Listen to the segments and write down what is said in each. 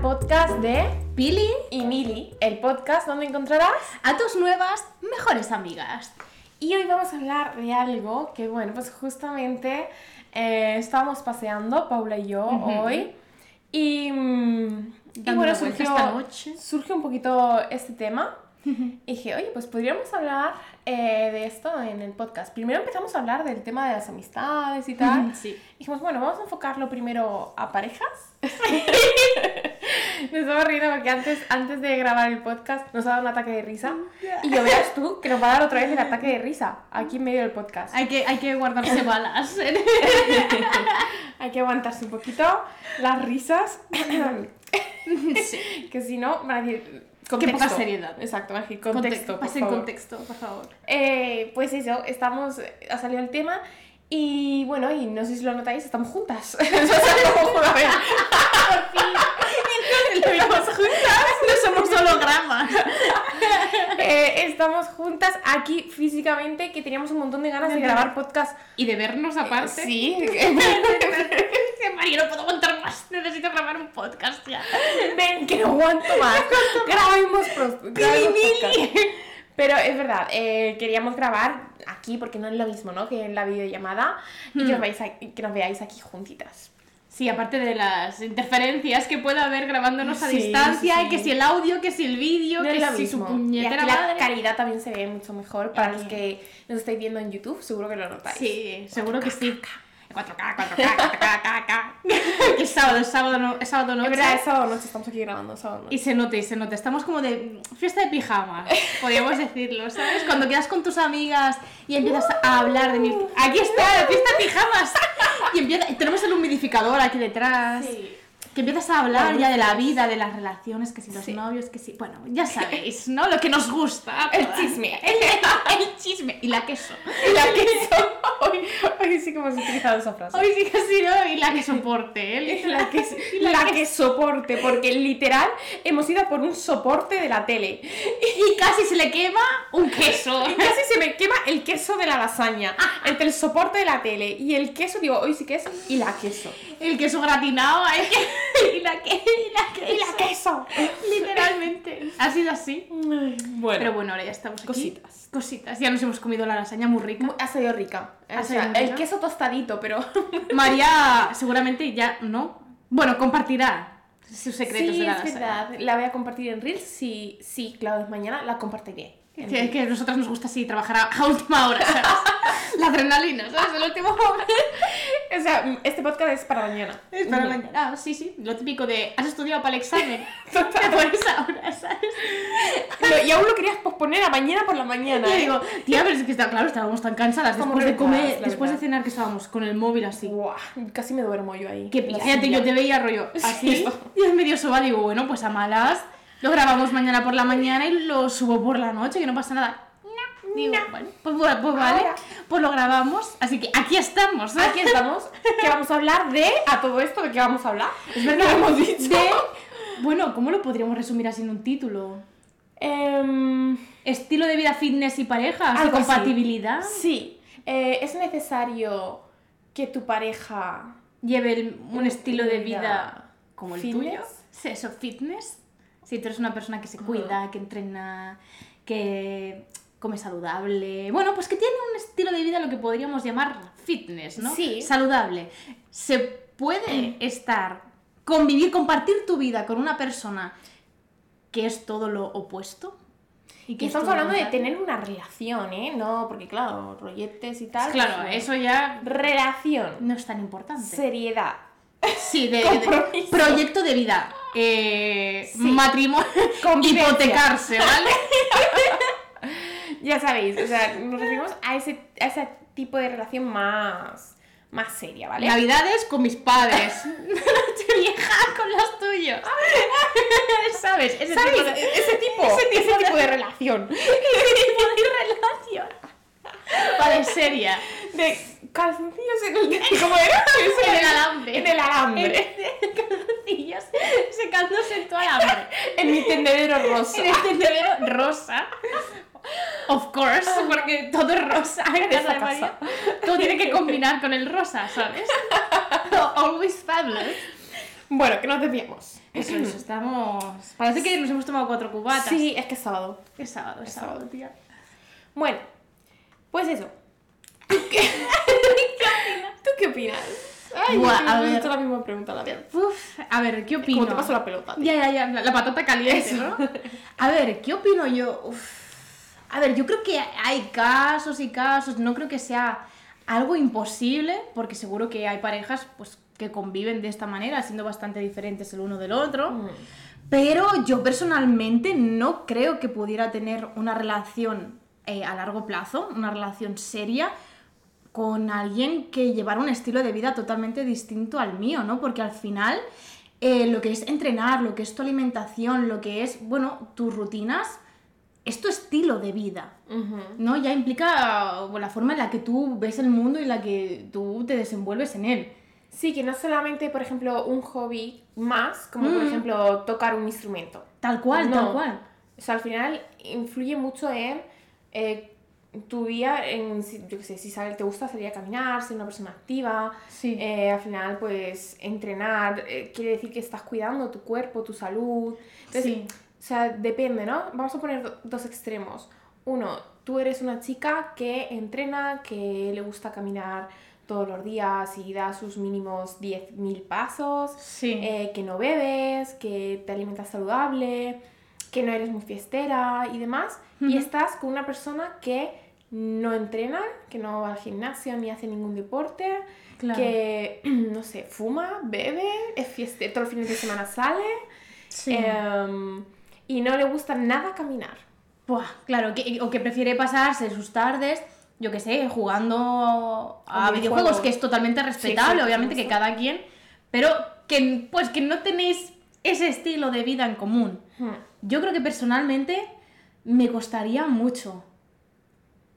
podcast de Pili, y Mili, el podcast donde encontrarás. a tus nuevas mejores amigas. Y hoy vamos a hablar de algo que, bueno, pues justamente eh, estábamos paseando, Paula y yo, Ujú. hoy. Y, mm, y Dando bueno, una vuelta surgió, esta noche. surgió un poquito este tema. Y dije, oye, pues podríamos hablar eh, de esto en el podcast. Primero empezamos a hablar del tema de las amistades y tal. Sí. Dijimos, bueno, vamos a enfocarlo primero a parejas. nos estamos riendo porque antes, antes de grabar el podcast nos ha dado un ataque de risa. Y yo veas tú que nos va a dar otra vez el ataque de risa aquí en medio del podcast. Hay que, hay que guardarse balas. Hay que aguantarse un poquito las risas, sí. que si no, van a decir Que contexto. poca seriedad. Exacto, van a decir Contexto, contexto. por pasen favor. contexto, por favor. Eh, pues eso, estamos, ha salido el tema y bueno, y no sé si lo notáis, estamos juntas. Lo vimos juntas, no somos hologramas. Eh, estamos juntas aquí físicamente que teníamos un montón de ganas de grabar podcast. Y de vernos aparte. Eh, Sí, María, no puedo aguantar más. Necesito grabar un podcast ya. ven que no aguanto más. Grabemos, pros- grabemos podcast. Pero es verdad, eh, queríamos grabar aquí porque no es lo mismo, ¿no? Que en la videollamada y que, nos veáis a- que nos veáis aquí juntitas. Sí, aparte de las interferencias que pueda haber grabándonos a Sí, distancia, sí, y que sí. si el audio, que si el vídeo, No que es lo si su mismo. Y puñetera aquí la madre. calidad también se ve mucho mejor para los Aquí. que nos estáis viendo en YouTube, seguro que lo notáis. Sí, seguro que sí. 4K, 4K, 4K, 4K. Que es sábado, es sábado, no, es sábado Es noche. verdad, es sábado noche, estamos aquí grabando sábado noche. Y se nota, y se nota. Estamos como de fiesta de pijama, podríamos decirlo, ¿sabes? Cuando quedas con tus amigas y empiezas a hablar de mi... Uh. Aquí está, la fiesta de pijamas. Y empieza... y tenemos el humidificador aquí detrás. Que empiezas a hablar ya de la vida, de las relaciones, que si los Sí. novios, que si... Bueno, ya sabéis, ¿no? Lo que nos gusta. El chisme. El chisme. Y la queso. Y la queso. Hoy, hoy sí que hemos utilizado esa frase. Hoy sí que sí, ¿no? Y la que soporte, ¿eh? la que, la que soporte, porque literal hemos ido a por un soporte de la tele. Y casi se le quema un queso. Y casi se me quema el queso de la lasaña. Ah. Entre el soporte de la tele y el queso, digo, hoy sí que es, y la queso. El queso gratinado. ¿eh? Y la que... Y la que... ¡Y la queso! Literalmente. Ha sido así. Bueno, Pero bueno, ahora ya estamos aquí. Cositas. Cositas. Ya nos hemos comido la lasaña muy rica. ha salido rica. Ha O salido sea, rica. el queso tostadito, pero. María seguramente ya no. Bueno, compartirá sus secretos sí, de la es lasaña. verdad. La voy a compartir en Reels. Sí, sí, claro, mañana la compartiré. en Que, Reels. que a nosotras nos gusta así trabajar a, a última hora, ¿sabes? la adrenalina, ¿sabes? El último momento. O sea, este podcast es para mañana. Es para mañana. Ah, sí, sí. Lo típico de has estudiado para el examen. Te Total. pones ahora, ¿sabes? Lo- Y aún lo querías posponer a mañana por la mañana. Yo ¿eh? digo, tía, pero es que está claro, estábamos tan cansadas Estamos después de reventadas, comer, la después de verdad. cenar que estábamos con el móvil así. Buah, casi me duermo yo ahí. Que La fíjate, silla. yo te veía rollo así. Sí. Y en medio soba digo, bueno, pues a malas. Lo grabamos mañana por la mañana y lo subo por la noche, que no pasa nada. No, digo, bueno, pues, bu- pues vale, Ahora. pues lo grabamos. Así que aquí estamos. ¿eh? Aquí estamos, que vamos a hablar de. A todo esto, ¿de qué vamos a hablar? Es verdad, lo hemos dicho. De- bueno, ¿cómo lo podríamos resumir así en un título? Em, Estilo de vida fitness y parejas, y Algo así. compatibilidad. sí, eh, es necesario que tu pareja. Lleve el- un estilo de vida vida como el fitness. tuyo. Sí, eso, fitness. Si tú eres una persona que se cuida, que entrena, que come saludable. Bueno, pues que tiene un estilo de vida lo que podríamos llamar fitness, ¿no? Sí. Saludable. Se puede estar, convivir, compartir tu vida con una persona que es todo lo opuesto. Y Que es estamos todo lo hablando de contrario. tener una relación, ¿eh? No, porque claro, rolletes y tal. Claro, pues, eso ya Relación, no es tan importante. seriedad. Sí, de, de- Compromiso. proyecto de vida. Eh, Sí. Matrimonio. Convivencia. Hipotecarse, ¿vale? Ya sabéis, o sea, nos referimos a ese, a ese tipo de relación más, más seria, ¿vale? Navidades con mis padres. Noche vieja con los tuyos. ¿Sabes? Ese ¿Sabéis? tipo de, E- Ese tipo, Ese tipo ese de- tipo de relación. ese tipo de relación. Vale, seria. De calzoncillos en el... ¿Cómo era? En el alambre. En el alambre. Este, calzoncillos secándose en tu alambre. En mi tendedero rosa. En el tendedero rosa. Of course, porque todo es rosa en Esa casa de María. Todo tiene que combinar con el rosa, ¿sabes? Always fabulous. Bueno, que nos desviamos. Eso, eso, estamos. Parece que nos hemos tomado cuatro cubatas. Sí, es que es sábado. Es sábado, es sábado, tía. Bueno, pues eso. ¿Tú qué, ¿Tú qué opinas? Ay, Buah, yo a me he ver. hecho la misma pregunta a la vez. Uf, a ver, ¿qué opino? ¿Cómo te pasó la pelota? tío? Ya, ya, ya, la, la patata caliente, ¿no? A ver, ¿qué opino yo? Uf. A ver, yo creo que hay casos y casos, no creo que sea algo imposible, porque seguro que hay parejas pues, que conviven de esta manera, siendo bastante diferentes el uno del otro, Mm. pero yo personalmente no creo que pudiera tener una relación eh, a largo plazo, una relación seria, con alguien que llevara un estilo de vida totalmente distinto al mío, ¿no? Porque al final eh, lo que es entrenar, lo que es tu alimentación, lo que es, bueno, tus rutinas, es tu estilo de vida, Ujú. ¿no? Ya implica uh, la forma en la que tú ves el mundo y la que tú te desenvuelves en él. Sí, que no es solamente, por ejemplo, un hobby más, como por Mm. ejemplo tocar un instrumento. Tal cual, No. tal cual. O sea, al final influye mucho en eh, tu día, en, si- yo qué sé, si sale- te gusta salir a caminar, ser una persona activa, Sí. eh, al final pues entrenar, eh, quiere decir que estás cuidando tu cuerpo, tu salud. Entonces, Sí. O sea, depende, ¿no? Vamos a poner do- dos extremos. Uno, tú eres una chica que entrena, que le gusta caminar todos los días y da sus mínimos 10.000 pasos, Sí. eh, que no bebes, que te alimentas saludable, que no eres muy fiestera y demás, y Ujú. estás con una persona que no entrena, que no va al gimnasio ni hace ningún deporte, Claro. que, no sé, fuma, bebe, es fiestera, todos los fines de semana sale Sí. em, y no le gusta nada caminar. Buah, claro, que, o que prefiere pasarse sus tardes, yo que sé, jugando a videojuegos. videojuegos, que es totalmente respetable, por obviamente que cada quien, pero que pues que no tenéis ese estilo de vida en común. Hmm. Yo creo que personalmente me costaría mucho.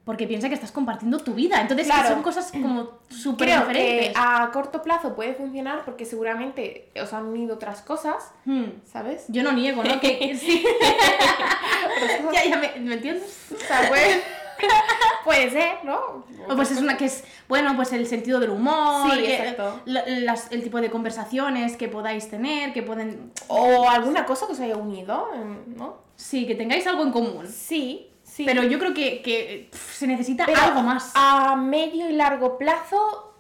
Porque piensa que estás compartiendo tu vida. Entonces que Claro. son cosas como súper Creo que diferentes. a corto plazo puede funcionar porque seguramente os han unido otras cosas, Hmm, ¿sabes? Yo no niego, ¿no? Que, que sí. Otras cosas. ya, ya, ¿me, ¿me entiendes? O sea, puede, puede ser, ¿no? O pues es una que es, bueno, pues el sentido del humor, Sí, que- eh, exacto. la- las- el tipo de conversaciones que podáis tener, que pueden... O alguna cosa que os haya unido, em, ¿no? Sí, que tengáis algo en común. Sí, sí. Pero yo creo que, que, pff, se necesita Pero algo más. A medio y largo plazo,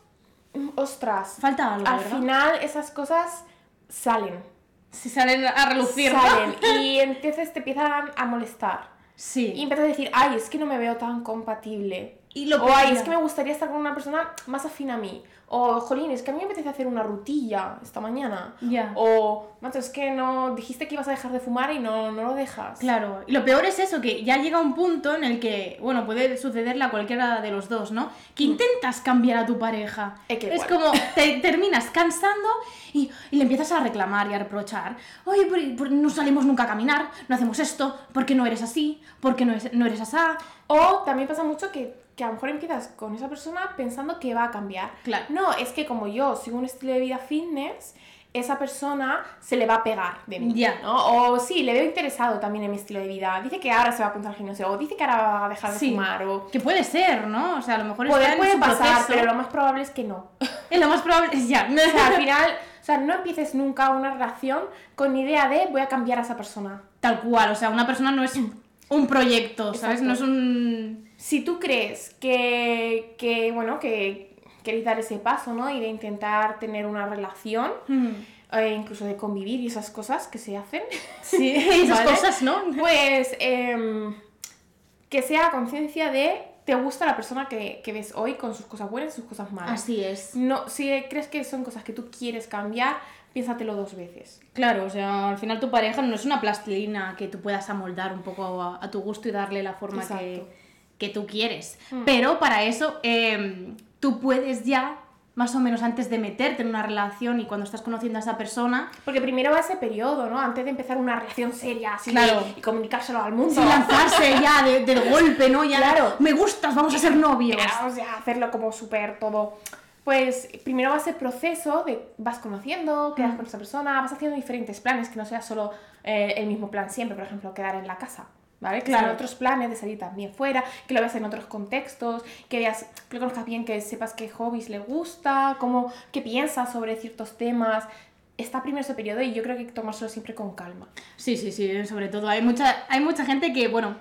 mm, ostras. Falta algo, al ¿verdad? final esas cosas salen. Si salen a relucir, ¿no? Salen. Y entonces te empiezan a molestar. Sí. Y empiezas a decir, ay, es que no me veo tan compatible. Y lo o, ay, peor- es que me gustaría estar con una persona más afín a mí. O, jolín, es que a mí me apetece hacer una rutilla esta mañana. Ya. O, macho, es que no dijiste que ibas a dejar de fumar y no, no lo dejas. Claro, y lo peor es eso, que ya llega un punto en el que, bueno, puede sucederle a cualquiera de los dos, ¿no? Que intentas cambiar a tu pareja. Eh, Mm. que es igual. como, te terminas cansando y, y le empiezas a reclamar y a reprochar. Oye, por, por- no salimos nunca a caminar, no hacemos esto, ¿por qué no eres así? ¿Por qué no, es- no eres asá? O también pasa mucho que, que a lo mejor empiezas con esa persona pensando que va a cambiar. Claro. No, es que como yo sigo un estilo de vida fitness, esa persona se le va a pegar de mí. Ya. ¿no? O sí, le veo interesado también en mi estilo de vida. Dice que ahora se va a apuntar al gimnasio, o dice que ahora va a dejar de Sí. fumar, o... Que puede ser, ¿no? O sea, a lo mejor está Poder en puede su pasar, proceso. pero lo más probable es que no. Es lo más probable, ya. O sea, al final, o sea, no empieces nunca una relación con idea de voy a cambiar a esa persona. Tal cual, o sea, una persona no es un proyecto, ¿sabes? Exacto. No es un... Si tú crees que, que bueno, que queréis dar ese paso, ¿no? Y de intentar tener una relación, mm, eh, incluso de convivir y esas cosas que se hacen, Sí, esas Vale. cosas, ¿no? pues em, que sea a conciencia de te gusta la persona que, que ves hoy con sus cosas buenas y sus cosas malas. Así es. No, si crees que son cosas que tú quieres cambiar, piénsatelo dos veces. Claro, o sea, al final tu pareja no es una plastilina que tú puedas amoldar un poco a, a tu gusto y darle la forma que, Exacto. que tú quieres. Mm. Pero para eso eh, tú puedes ya, más o menos antes de meterte en una relación y cuando estás conociendo a esa persona, Porque primero va ese periodo, ¿no? Antes de empezar una relación seria, así, Claro. y comunicárselo al mundo. sin lanzarse ya de, del golpe, ¿no? Ya, Claro. me gustas, vamos a ser novios. Claro, o sea, hacerlo como súper todo. Pues primero va ese proceso de vas conociendo, quedas Mm. con esa persona, vas haciendo diferentes planes, que no sea solo eh, el mismo plan siempre, por ejemplo, quedar en la casa, ¿vale? Que Claro. sean otros planes de salir también fuera, que lo veas en otros contextos, que veas, que lo conozcas bien, que sepas qué hobbies le gusta, cómo, qué piensa sobre ciertos temas. está primero ese periodo y yo creo que hay que tomárselo siempre con calma. Sí, sí, sí, sobre todo. Hay mucha, hay mucha gente que, bueno,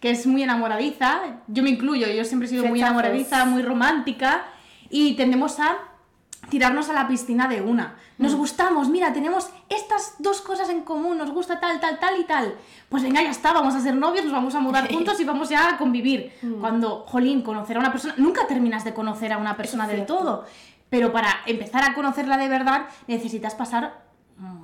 que es muy enamoradiza. Yo me incluyo, yo siempre he sido muy Rechazos. enamoradiza, muy romántica. Y tendemos a tirarnos a la piscina de una. Mm. Nos gustamos, mira, tenemos estas dos cosas en común, nos gusta tal, tal, tal y tal. Pues venga, ya está, vamos a ser novios, nos vamos a mudar juntos y vamos ya a convivir. Mm. Cuando, jolín, conocer a una persona, nunca terminas de conocer a una persona del cierto. todo. Pero para empezar a conocerla de verdad, necesitas pasar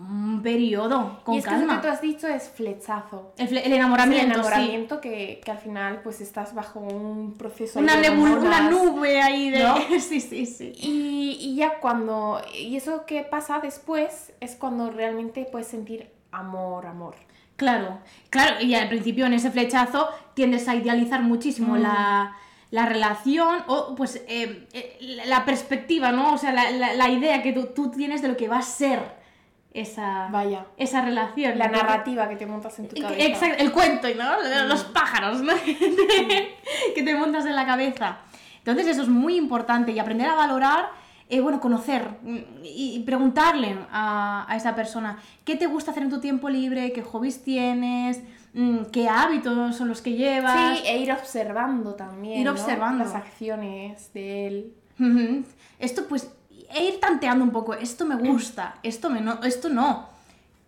un periodo con y es que calma. eso que tú has dicho es flechazo. El, fle- el El enamoramiento, sí. enamoramiento que, que al final pues estás bajo un proceso Una, ahí de nebul- una hormonas. nube ahí de... ¿No? sí, sí, sí. Y, y ya cuando... Y eso que pasa después es cuando realmente puedes sentir amor, amor. Claro, claro, y al principio en ese flechazo tiendes a idealizar muchísimo Mm. la, la relación o pues eh, eh, la- la perspectiva, ¿no? O sea, la, la- la idea que tú, tú tienes de lo que va a ser esa, Vaya. esa relación. La Entonces, narrativa que te montas en tu cabeza. Mm. Exacto, el cuento, ¿no? Los pájaros, ¿no? que te montas en la cabeza. Entonces eso es muy importante y aprender a valorar, eh, bueno, conocer mm, y preguntarle a, a esa persona qué te gusta hacer en tu tiempo libre, qué hobbies tienes, Mm, qué hábitos son los que llevas. Sí, e ir observando también. Ir ¿no? observando. Las acciones de él. Ujú. Esto pues, e ir tanteando un poco, esto me gusta, esto, me no, esto no.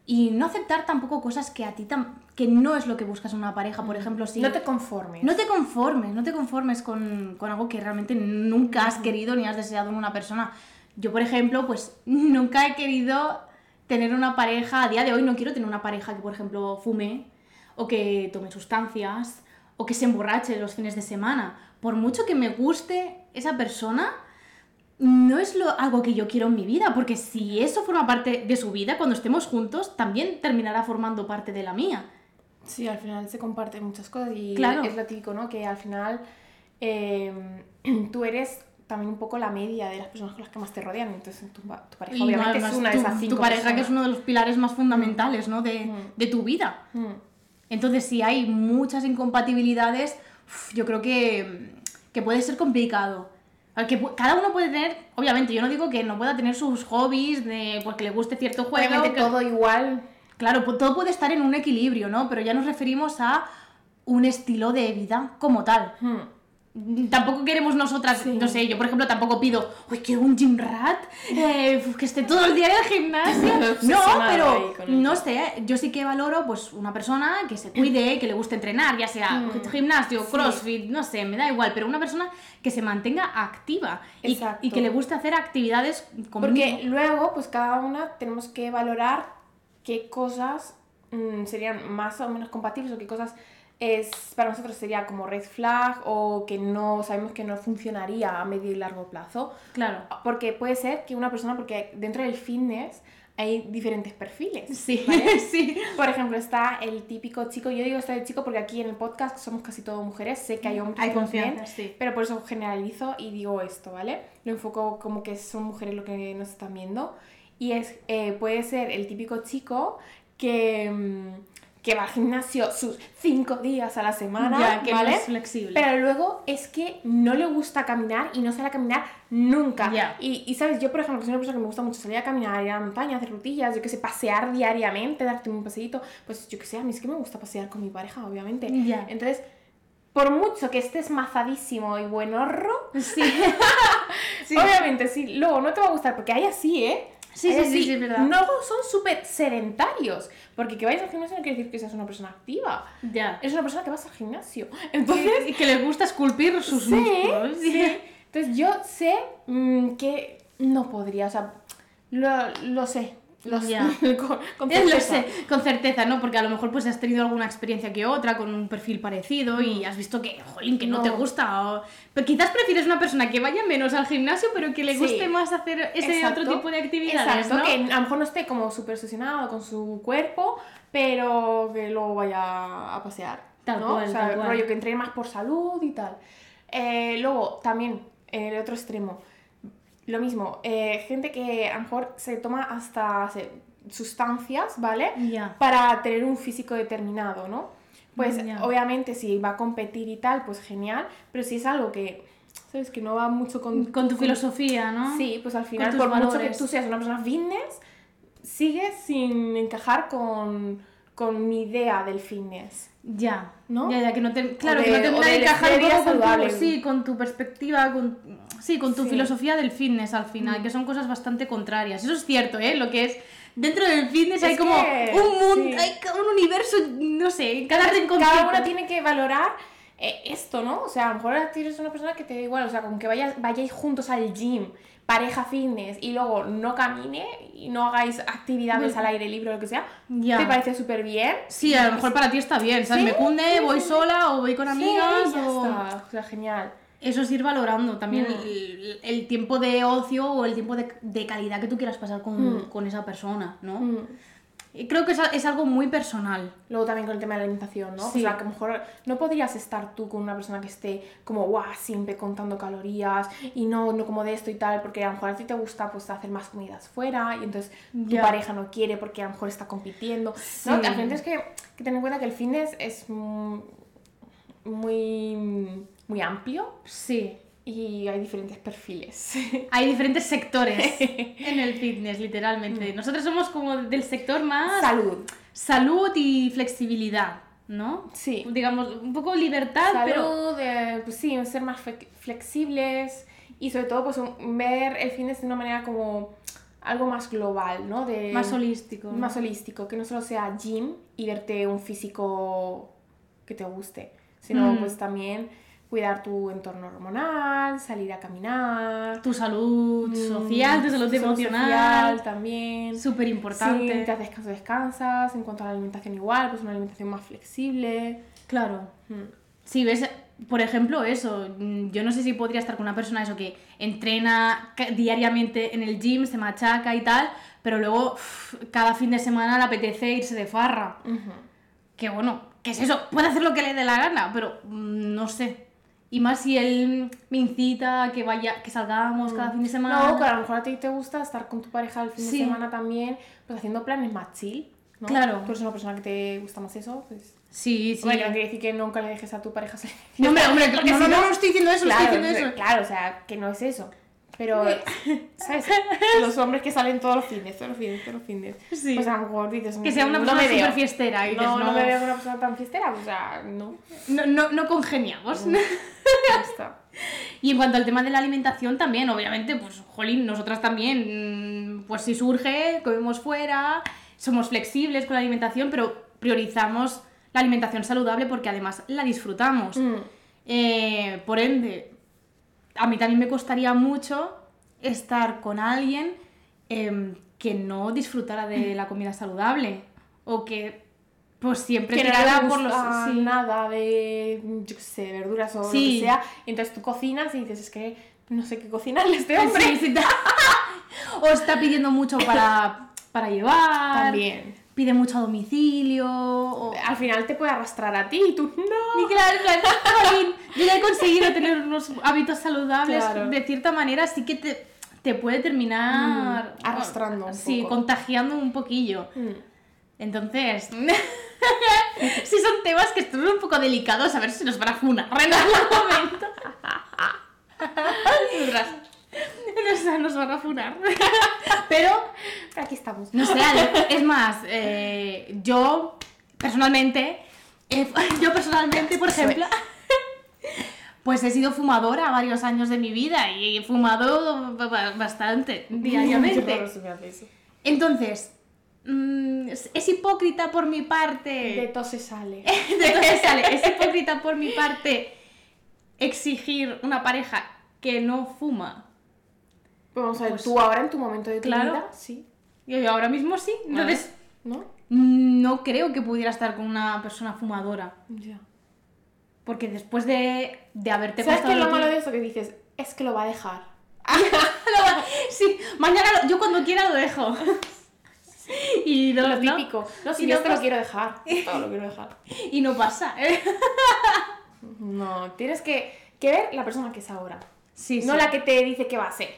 Y no aceptar tampoco cosas que a ti tam- que no es lo que buscas en una pareja, por ejemplo, si... Mm. No te conformes. No te conformes, no te conformes con, con algo que realmente nunca has querido ni has deseado en una persona. Yo, por ejemplo, pues nunca he querido tener una pareja, a día de hoy no quiero tener una pareja que, por ejemplo, fume o que tome sustancias o que se emborrache los fines de semana. Por mucho que me guste esa persona, no es lo, algo que yo quiero en mi vida, porque si eso forma parte de su vida, cuando estemos juntos, también terminará formando parte de la mía. Sí, al final se comparten muchas cosas y Claro. es lo típico, ¿no? Que al final eh, tú eres también un poco la media de las personas con las que más te rodean. Entonces tu, pa- tu pareja Y obviamente además es una tu, de esas tu cinco pareja que es personas. uno de los pilares más fundamentales ¿no? de, Mm. de tu vida. Mm. Entonces, si hay muchas incompatibilidades, uf, yo creo que, que puede ser complicado. Porque pu- cada uno puede tener, obviamente, yo no digo que no pueda tener sus hobbies, de, porque le guste cierto juego. Obviamente que- todo igual. Claro, pu- todo puede estar en un equilibrio, ¿no? Pero ya nos referimos a un estilo de vida como tal. Mm. Mm, Tampoco queremos nosotras, Sí. no sé, yo por ejemplo tampoco pido, uy, quiero un gym rat, eh, uf, que esté todo el día en el gimnasio. no, Obsesionada ahí pero con el- no sé, yo sí que valoro pues una persona que se cuide, que le guste entrenar, ya sea Mm. gimnasio, Sí. crossfit, no sé, me da igual, pero una persona que se mantenga activa y, Exacto. y que le guste hacer actividades como Porque luego, pues cada una tenemos que valorar qué cosas mm, serían más o menos compatibles o qué cosas es, para nosotros sería como red flag o que no sabemos que no funcionaría a medio y largo plazo. Claro. Porque puede ser que una persona, porque dentro del fitness hay diferentes perfiles. Sí, sí. Por ejemplo, está el típico chico, yo digo está el chico porque aquí en el podcast somos casi todo mujeres, sé que hay hombres Hay que nos ven, confianza, sí. pero por eso generalizo y digo esto, ¿vale? Lo enfoco como que son mujeres lo que nos están viendo. Y es, eh, puede ser el típico chico que, mm, que va al gimnasio sus cinco días a la semana, Ya, que no ¿vale? es flexible. Pero luego es que no le gusta caminar y no sale a caminar nunca. Ya. Y, y, sabes, yo por ejemplo, que soy una persona que me gusta mucho salir a caminar, ir a la montaña, hacer rutillas, yo que sé, pasear diariamente, darte un paseíto. Pues yo que sé, a mí es que me gusta pasear con mi pareja, obviamente. Ya. Entonces, por mucho que estés mazadísimo y buenorro, Sí. Sí. obviamente sí, luego no te va a gustar porque hay así, ¿eh? Sí, Hay sí, sí, así. sí, es verdad. Luego son súper sedentarios, porque que vayas al gimnasio no quiere decir que seas una persona activa. Ya. Eres una persona que vas al gimnasio. Entonces, Y que le gusta esculpir sus Sí, músculos. ¿eh? sí. Entonces yo sé mm, que no podría, o sea, lo, lo sé. Lo Ya. sé. con, con Eh, Lo certeza. sé, con certeza, ¿no? Porque a lo mejor pues has tenido alguna experiencia que otra con un perfil parecido y has visto que, jolín, que no, Mm. No. te gusta. o- Pero quizás prefieres una persona que vaya menos al gimnasio, pero que le Sí. guste más hacer ese Exacto. otro tipo de actividades, Exacto, ¿no? que a lo mejor no esté como súper obsesionado con su cuerpo, pero que luego vaya a pasear. Tal ¿no? cual, o sea, tal cual. rollo que entrene más por salud y tal. Eh, luego, también, en el otro extremo, lo mismo, eh, gente que a lo mejor se toma hasta se- sustancias, ¿vale? Ya. para tener un físico determinado, ¿no? Pues Mm, Ya. obviamente si va a competir y tal, pues genial, pero si es algo que, ¿sabes? Que no va mucho con... Con Mm, tu filosofía, ¿no? Sí, pues al final, tus por mucho que valores. tú seas una persona fitness, sigue sin encajar con, con mi idea del fitness. Ya, ¿No? Ya, ya, que no te, claro, de- que no o termina de del encajar un estilo de poco vida con tu, saludable. sí, con tu perspectiva, con, sí, con tu Sí. Mm. filosofía del fitness al final, que son cosas bastante contrarias. Eso es cierto, ¿eh? Lo que es, dentro del fitness Es hay como que- un mundo, sí. hay ca- un universo, no sé, en cada rinconcito. Cada uno tiene que valorar eh, esto, ¿no? O sea, a lo mejor eres una persona que te da igual, o sea, con que vayas, vayáis juntos al gym, pareja fitness, y luego no camine y no hagáis actividades al aire libre o lo que sea, Ya. te parece súper bien. Sí, a lo mejor para ti está bien, ¿sabes? Sí, Me cunde, sí, voy sí. sola o voy con amigas Sí, ya o... está. O sea, genial. Eso es ir valorando también Mm. el, el tiempo de ocio o el tiempo de, de calidad que tú quieras pasar con, Mm. con esa persona, ¿no? Mm. Y Creo que es, a- es algo muy personal. Luego también con el tema de la alimentación, ¿no? Sí. O sea, que a lo mejor no podrías estar tú con una persona que esté como, guau, siempre contando calorías y no, no como de esto y tal, porque a lo mejor a ti te gusta pues hacer más comidas fuera y entonces Ya. tu pareja no quiere porque a lo mejor está compitiendo. Sí. No, la gente es que, que tener en cuenta que el fitness es mm, muy, muy amplio Sí. y hay diferentes perfiles. Hay diferentes sectores en el fitness, Mm. literalmente. Nosotros somos como del sector más Salud. salud y flexibilidad, ¿no? Sí. Digamos, un poco libertad, pero... Salud, eh, pues sí, ser más fle- flexibles y sobre todo pues un- ver el fitness de una manera como algo más global, ¿no? De, Más holístico. ¿no? eh, más holístico, que no solo sea gym y verte un físico que te guste, sino Mm. pues también cuidar tu entorno hormonal, salir a caminar, Tu salud mm, social, tu salud social emocional. también. Súper Si importante. te haces caso, descansas. En cuanto a la alimentación igual, pues una alimentación más flexible. Claro. Mm. Sí, ves, por ejemplo, eso. mm, Yo no sé si podría estar con una persona eso que entrena ca- diariamente en el gym, se machaca y tal, pero luego uf, cada fin de semana le apetece irse de farra. Ujú. Que bueno, ¿qué es eso? Puede hacer lo que le dé la gana, pero mm, no sé. Y más si él me incita a que vaya, que salgamos cada fin de semana. Mm. No, que a lo mejor a ti te gusta estar con tu pareja el fin Sí. de semana también, pues haciendo planes más chill, ¿no? Claro. Tú eres una persona que te gusta más eso, pues... Sí, sí. Hombre, que no quiere decir que nunca le dejes a tu pareja salir. No, hombre, hombre, claro que No, sí, no, no. estoy diciendo eso, no claro, estoy diciendo hombre, claro, o sea, que no es eso. Pero, ¿sabes? Los hombres que salen todos los fines, todos los fines, todos los fines. Sí. Pues a lo mejor dices... Que sea una "No persona me súper veo". fiestera y dices, No, no, no. me veo con una persona tan fiestera, o sea, no. eso. No, no, no congeniamos. Mm. Ya está. Y en cuanto al tema de la alimentación también, obviamente, pues, jolín, nosotras también, mm, pues si surge, comemos fuera, somos flexibles con la alimentación, pero priorizamos la alimentación saludable porque además la disfrutamos. Mm. Eh, por ende, a mí también me costaría mucho estar con alguien em, que no disfrutara de la comida saludable o que pues siempre que no tirara le por los... gusta sí. nada de, yo qué sé, verduras o Sí. lo que sea. Entonces tú cocinas y dices, es que no sé qué cocinarle a este hombre. Sí, sí, ta- o está pidiendo mucho para, para llevar. También. Pide mucho a domicilio. O... Al final te puede arrastrar a ti y tú, no. Y claro, en plan, jolín, yo ya he conseguido tener unos hábitos saludables. Claro. De cierta manera, sí que te, te puede terminar Mm, arrastrando un sí, poco. contagiando un poquillo. Mm. Entonces, sí son temas que están un poco delicados, a ver si nos van a funar en algún momento. Nos- nos van a funar. Pero Aquí estamos. no sé, Ale, es más, eh, yo personalmente, eh, yo personalmente, por Eso ejemplo, pues he sido fumadora varios años de mi vida y he fumado ba- ba- bastante Qué raro diariamente. se me hace eso. Entonces, mm, es es hipócrita por mi De parte. todo se sale. Eh. Entonces sale, es hipócrita por mi parte exigir una pareja que no fuma. Pues vamos a ver, Pues- tú ahora en tu momento de tu Claro. vida, sí. Y yo ahora mismo sí. Entonces, ¿No? no creo que pudiera estar con una persona fumadora. Ya. Porque después de, de haberte ¿Sabes qué pasado es lo malo que- de eso? Que dices, es que lo va a dejar. Sí, mañana lo- yo cuando quiera lo dejo. y no, lo no- típico. No, si Y yo no esto lo pas- quiero dejar. Esto lo quiero dejar. y no pasa. ¿eh? No, tienes que, que ver la persona que es ahora. Sí, No la que te dice que va a ser.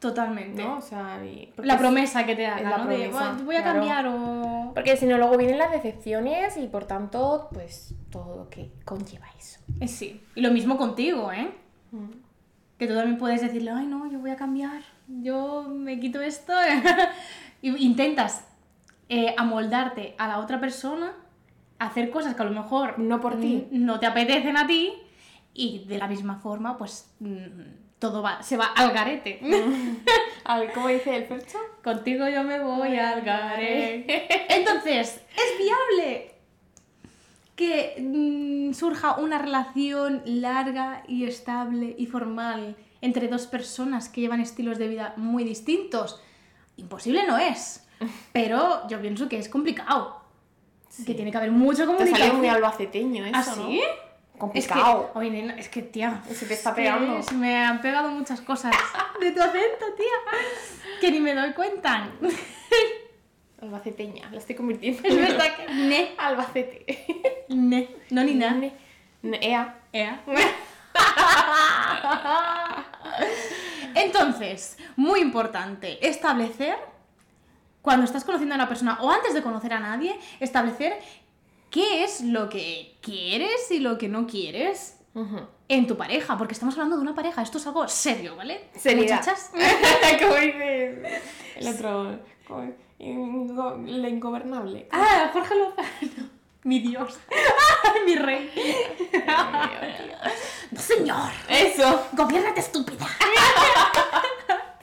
Totalmente. ¿no? O sea, y- porque La si- promesa que te haga, es la ¿no? De, promesa, "Bueno, voy a claro. cambiar o... Porque si no, luego vienen las decepciones y por tanto, pues todo lo que conlleva eso. Eh, sí. Y lo mismo contigo, ¿eh? Mm. Que tú también puedes decirle, ay, no, yo voy a cambiar. Yo me quito esto. Y Intentas eh, amoldarte a la otra persona, hacer cosas que a lo mejor No por ti. no te apetecen a ti y de la misma forma pues mm, todo va, se va al garete. A ver, ¿cómo dice el percho? Contigo yo me voy al garete. Entonces, ¿es viable que mm, surja una relación larga y estable y formal entre dos personas que llevan estilos de vida muy distintos? Imposible no es, pero yo pienso que es complicado. Que tiene que haber mucho Te salió comunicación. muy albaceteño eso, ¿Ah, sí? ¿no? Es que, Complicado. oye, nena, es que, tía, Se te está es que pegando. se me han pegado muchas cosas de tu acento, tía, que ni me doy cuenta. Albaceteña, la estoy convirtiendo. Es verdad que... Ne, Albacete. E, ne, no ni na. Ne- ne- Ea. Ea. Entonces, muy importante, establecer, cuando estás conociendo a una persona o antes de conocer a nadie, establecer qué es lo que quieres y lo que no quieres Ujú. en tu pareja, porque estamos hablando de una pareja, esto es algo serio, ¿vale? Seriedad. Muchachas. ¿Cómo dices? El otro. ¿cómo? Ingo- la ingobernable. Ah, Jorge Lozano. Mi Dios. Mi rey. Ay, Dios, tío. No, señor. Eso. Gobiérnate, estúpida.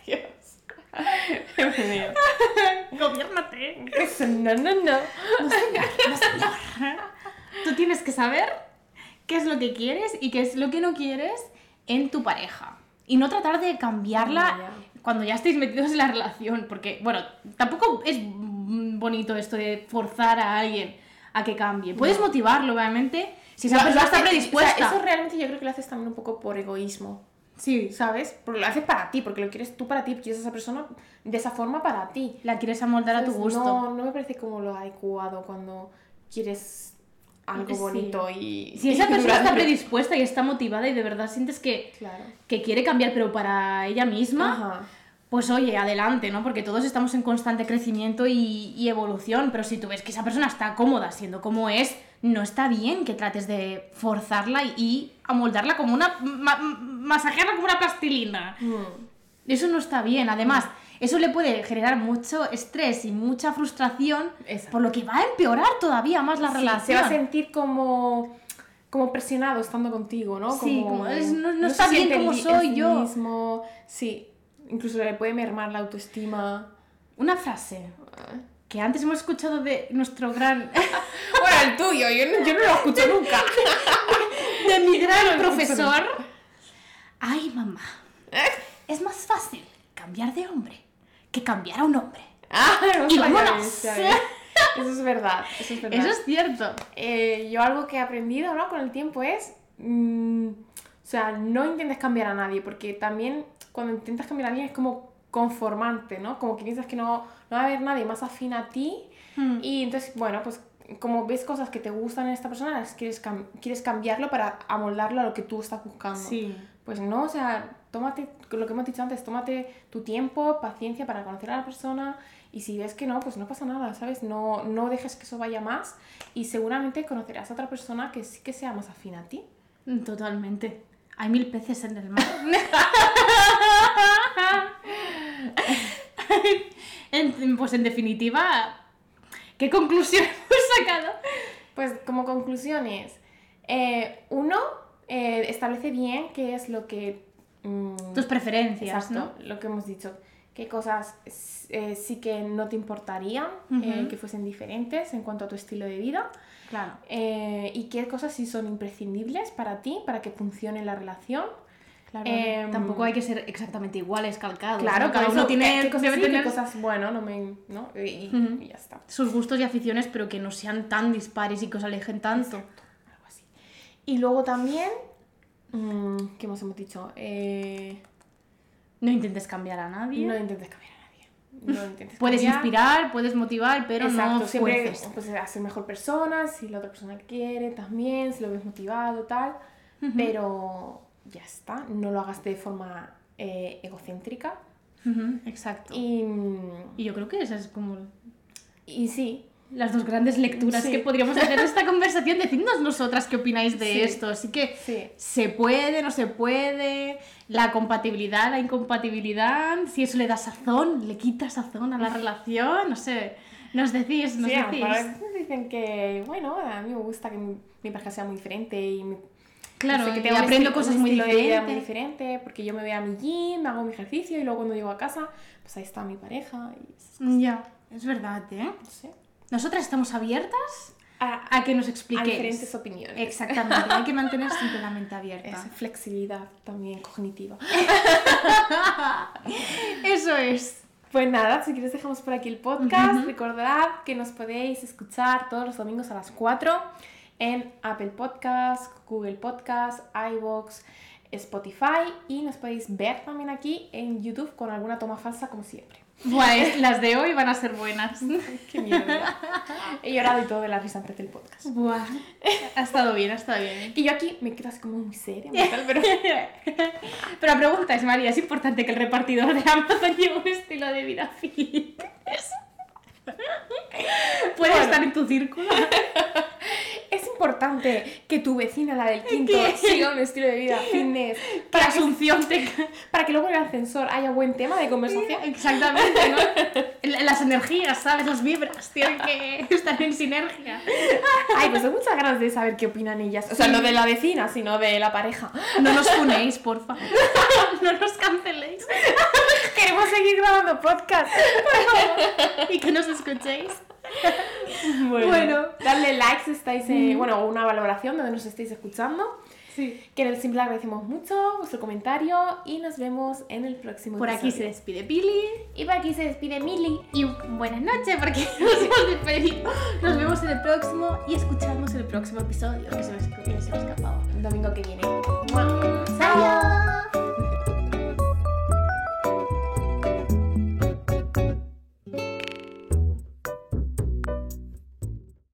Dios. Dios. Gobiérnate. Eso, no, no, no. Tú tienes que saber qué es lo que quieres y qué es lo que no quieres en tu pareja. Y no tratar de cambiarla Ya. cuando ya estéis metidos en la relación. Porque, bueno, tampoco es mm, bonito esto de forzar a alguien a que cambie. Puedes motivarlo, obviamente, si esa No, persona no, está es- predispuesta. o sea, eso realmente yo creo que lo haces también un poco por egoísmo. Sí. ¿Sabes? Porque lo haces para ti, porque lo quieres tú para ti, quieres a esa persona de esa forma para ti. La quieres amoldar a tu Entonces, gusto. No, no me parece como lo adecuado cuando quieres algo Sí. bonito y. Si y esa persona durante- está predispuesta y está motivada y de verdad sientes que, Claro. que quiere cambiar, pero para ella misma, Ajá. pues oye, adelante, ¿no? Porque todos estamos en constante crecimiento y, y evolución, pero si tú ves que esa persona está cómoda siendo como es, no está bien que trates de forzarla y, y amoldarla como una... ma- masajearla como una plastilina. Mm. Eso no está bien, además, eso le puede generar mucho estrés y mucha frustración, Exacto. por lo que va a empeorar todavía más la Sí, relación. Se va a sentir como, como presionado estando contigo, ¿no? Sí, como es- no- no se está bien siente como en sí- soy en sí yo. mismo. Sí, incluso le puede mermar la autoestima. Una frase que antes hemos escuchado de nuestro gran, Bueno, el tuyo, yo no, yo no lo escucho nunca. de mi gran profesor. Ay, mamá, ¿Eh? es más fácil cambiar de hombre que cambiar a un hombre. Ah, no Y sabía vámonos. eso, ¿sabes? Eso es verdad, eso es verdad. Eso es cierto. Eh, yo algo que he aprendido ¿no? con el tiempo es, mm, o sea, no intentes cambiar a nadie, porque también cuando intentas cambiar a alguien es como conformante, ¿no? Como que piensas que no, no va a haber nadie más afín a ti Hmm. y entonces, bueno, pues como ves cosas que te gustan en esta persona, las quieres, cam- quieres cambiarlo para amoldarlo a lo que tú estás buscando. Sí. Pues no, o sea, tómate, lo que hemos dicho antes, tómate tu tiempo, paciencia para conocer a la persona y si ves que no, pues no pasa nada, ¿sabes? No, no dejes que eso vaya más y seguramente conocerás a otra persona que sí que sea más afín a ti. Totalmente. Hay mil peces en el mar. En- pues en definitiva, ¿qué conclusión hemos sacado? Pues como conclusiones, eh, uno, eh, establece bien qué es lo que... mm, Tus preferencias, Exacto, ¿no? lo que hemos dicho. ¿Qué cosas eh, sí que no te importarían Ujú. eh, que fuesen diferentes en cuanto a tu estilo de vida? Claro. Eh, y qué cosas sí son imprescindibles para ti, para que funcione la relación. Claro, Em, tampoco hay que ser exactamente iguales, calcados. ¿no? por cada uno eso, tiene, qué- qué cosas debe sí, qué tener cosas, bueno, no me... ¿no? Y, y- Ujú. y ya está. sus gustos y aficiones, pero que no sean tan dispares y que os alejen tanto. Algo así. Y luego también... mm, ¿Qué más hemos dicho? Eh, No intentes cambiar a nadie. no intentes cambiar a nadie. No intentes puedes cambiar. inspirar, puedes motivar, pero Exacto, no siempre fuerces. pues, a ser mejor persona, si la otra persona quiere también, si lo ves motivado, tal. Pero ya está, no lo hagas de forma eh, egocéntrica. Ujú, Exacto. Y... Y, yo creo que esa es como y sí, las dos grandes lecturas Sí. que podríamos hacer de esta conversación. Decidnos nosotras qué opináis de Sí. esto. Así que Sí. se puede, no se puede, la compatibilidad, la incompatibilidad, si eso le da sazón, le quita sazón a la relación, no sé. Nos decís, nos Sí, a lo decís. mejor a veces dicen que, bueno, a mí me gusta que mi, mi pareja sea muy diferente y mi- Claro, no sé, que y tenga un aprendo estilo- cosas un muy estilo de vida diferentes. muy diferente, porque yo me voy a mi gym, hago mi ejercicio y luego cuando llego a casa, pues ahí está mi pareja y esas cosas, Ya, es verdad, ¿eh? no sé. Nosotras estamos abiertas A, a que nos a expliquéis. diferentes opiniones. Exactamente, hay que mantener siempre la mente abierta. Es flexibilidad también cognitiva. Eso es. Pues nada, si quieres dejamos por aquí el podcast. Ujú. Recordad que nos podéis escuchar todos los domingos a las 4 en Apple Podcast, Google Podcast, iVoox, Spotify y nos podéis ver también aquí en YouTube con alguna toma falsa como siempre. Guay, las de hoy van a ser buenas. ¡Qué mierda! He llorado y todo de la risa antes del podcast. Buah, ha estado bien, ha estado bien. Y yo aquí me quedo así como muy seria, muy tal, pero... Pero la pregunta es, María, ¿es importante que el repartidor de Amazon lleve un estilo de vida feliz? ¿Puede Bueno. estar en tu círculo? Es importante que tu vecina, la del quinto, ¿Qué? siga un estilo de vida fitness Para Asunción te... para que luego en el ascensor haya buen tema de conversación. Exactamente, ¿no? La- Las energías, ¿sabes? Las vibras tienen que estar en sinergia. Ay, pues tengo muchas ganas de saber qué opinan ellas. ¡Ah! O sea, Sí. no de la vecina, sino de la pareja. No nos funéis, porfa. No nos canceléis. Queremos seguir grabando podcast. Y que nos escuchéis. Bueno, Bueno. darle like si estáis, eh, bueno, una valoración donde nos estéis escuchando. Sí. Que en el simple agradecemos mucho vuestro comentario y nos vemos en el próximo Por aquí se episodio. despide Pili. Y por aquí se despide Mili. Y buenas noches, porque nos hemos despedido. Nos vemos en el próximo y escuchamos el próximo episodio que se me, que se me escapaba. Domingo que viene. ¡Mua!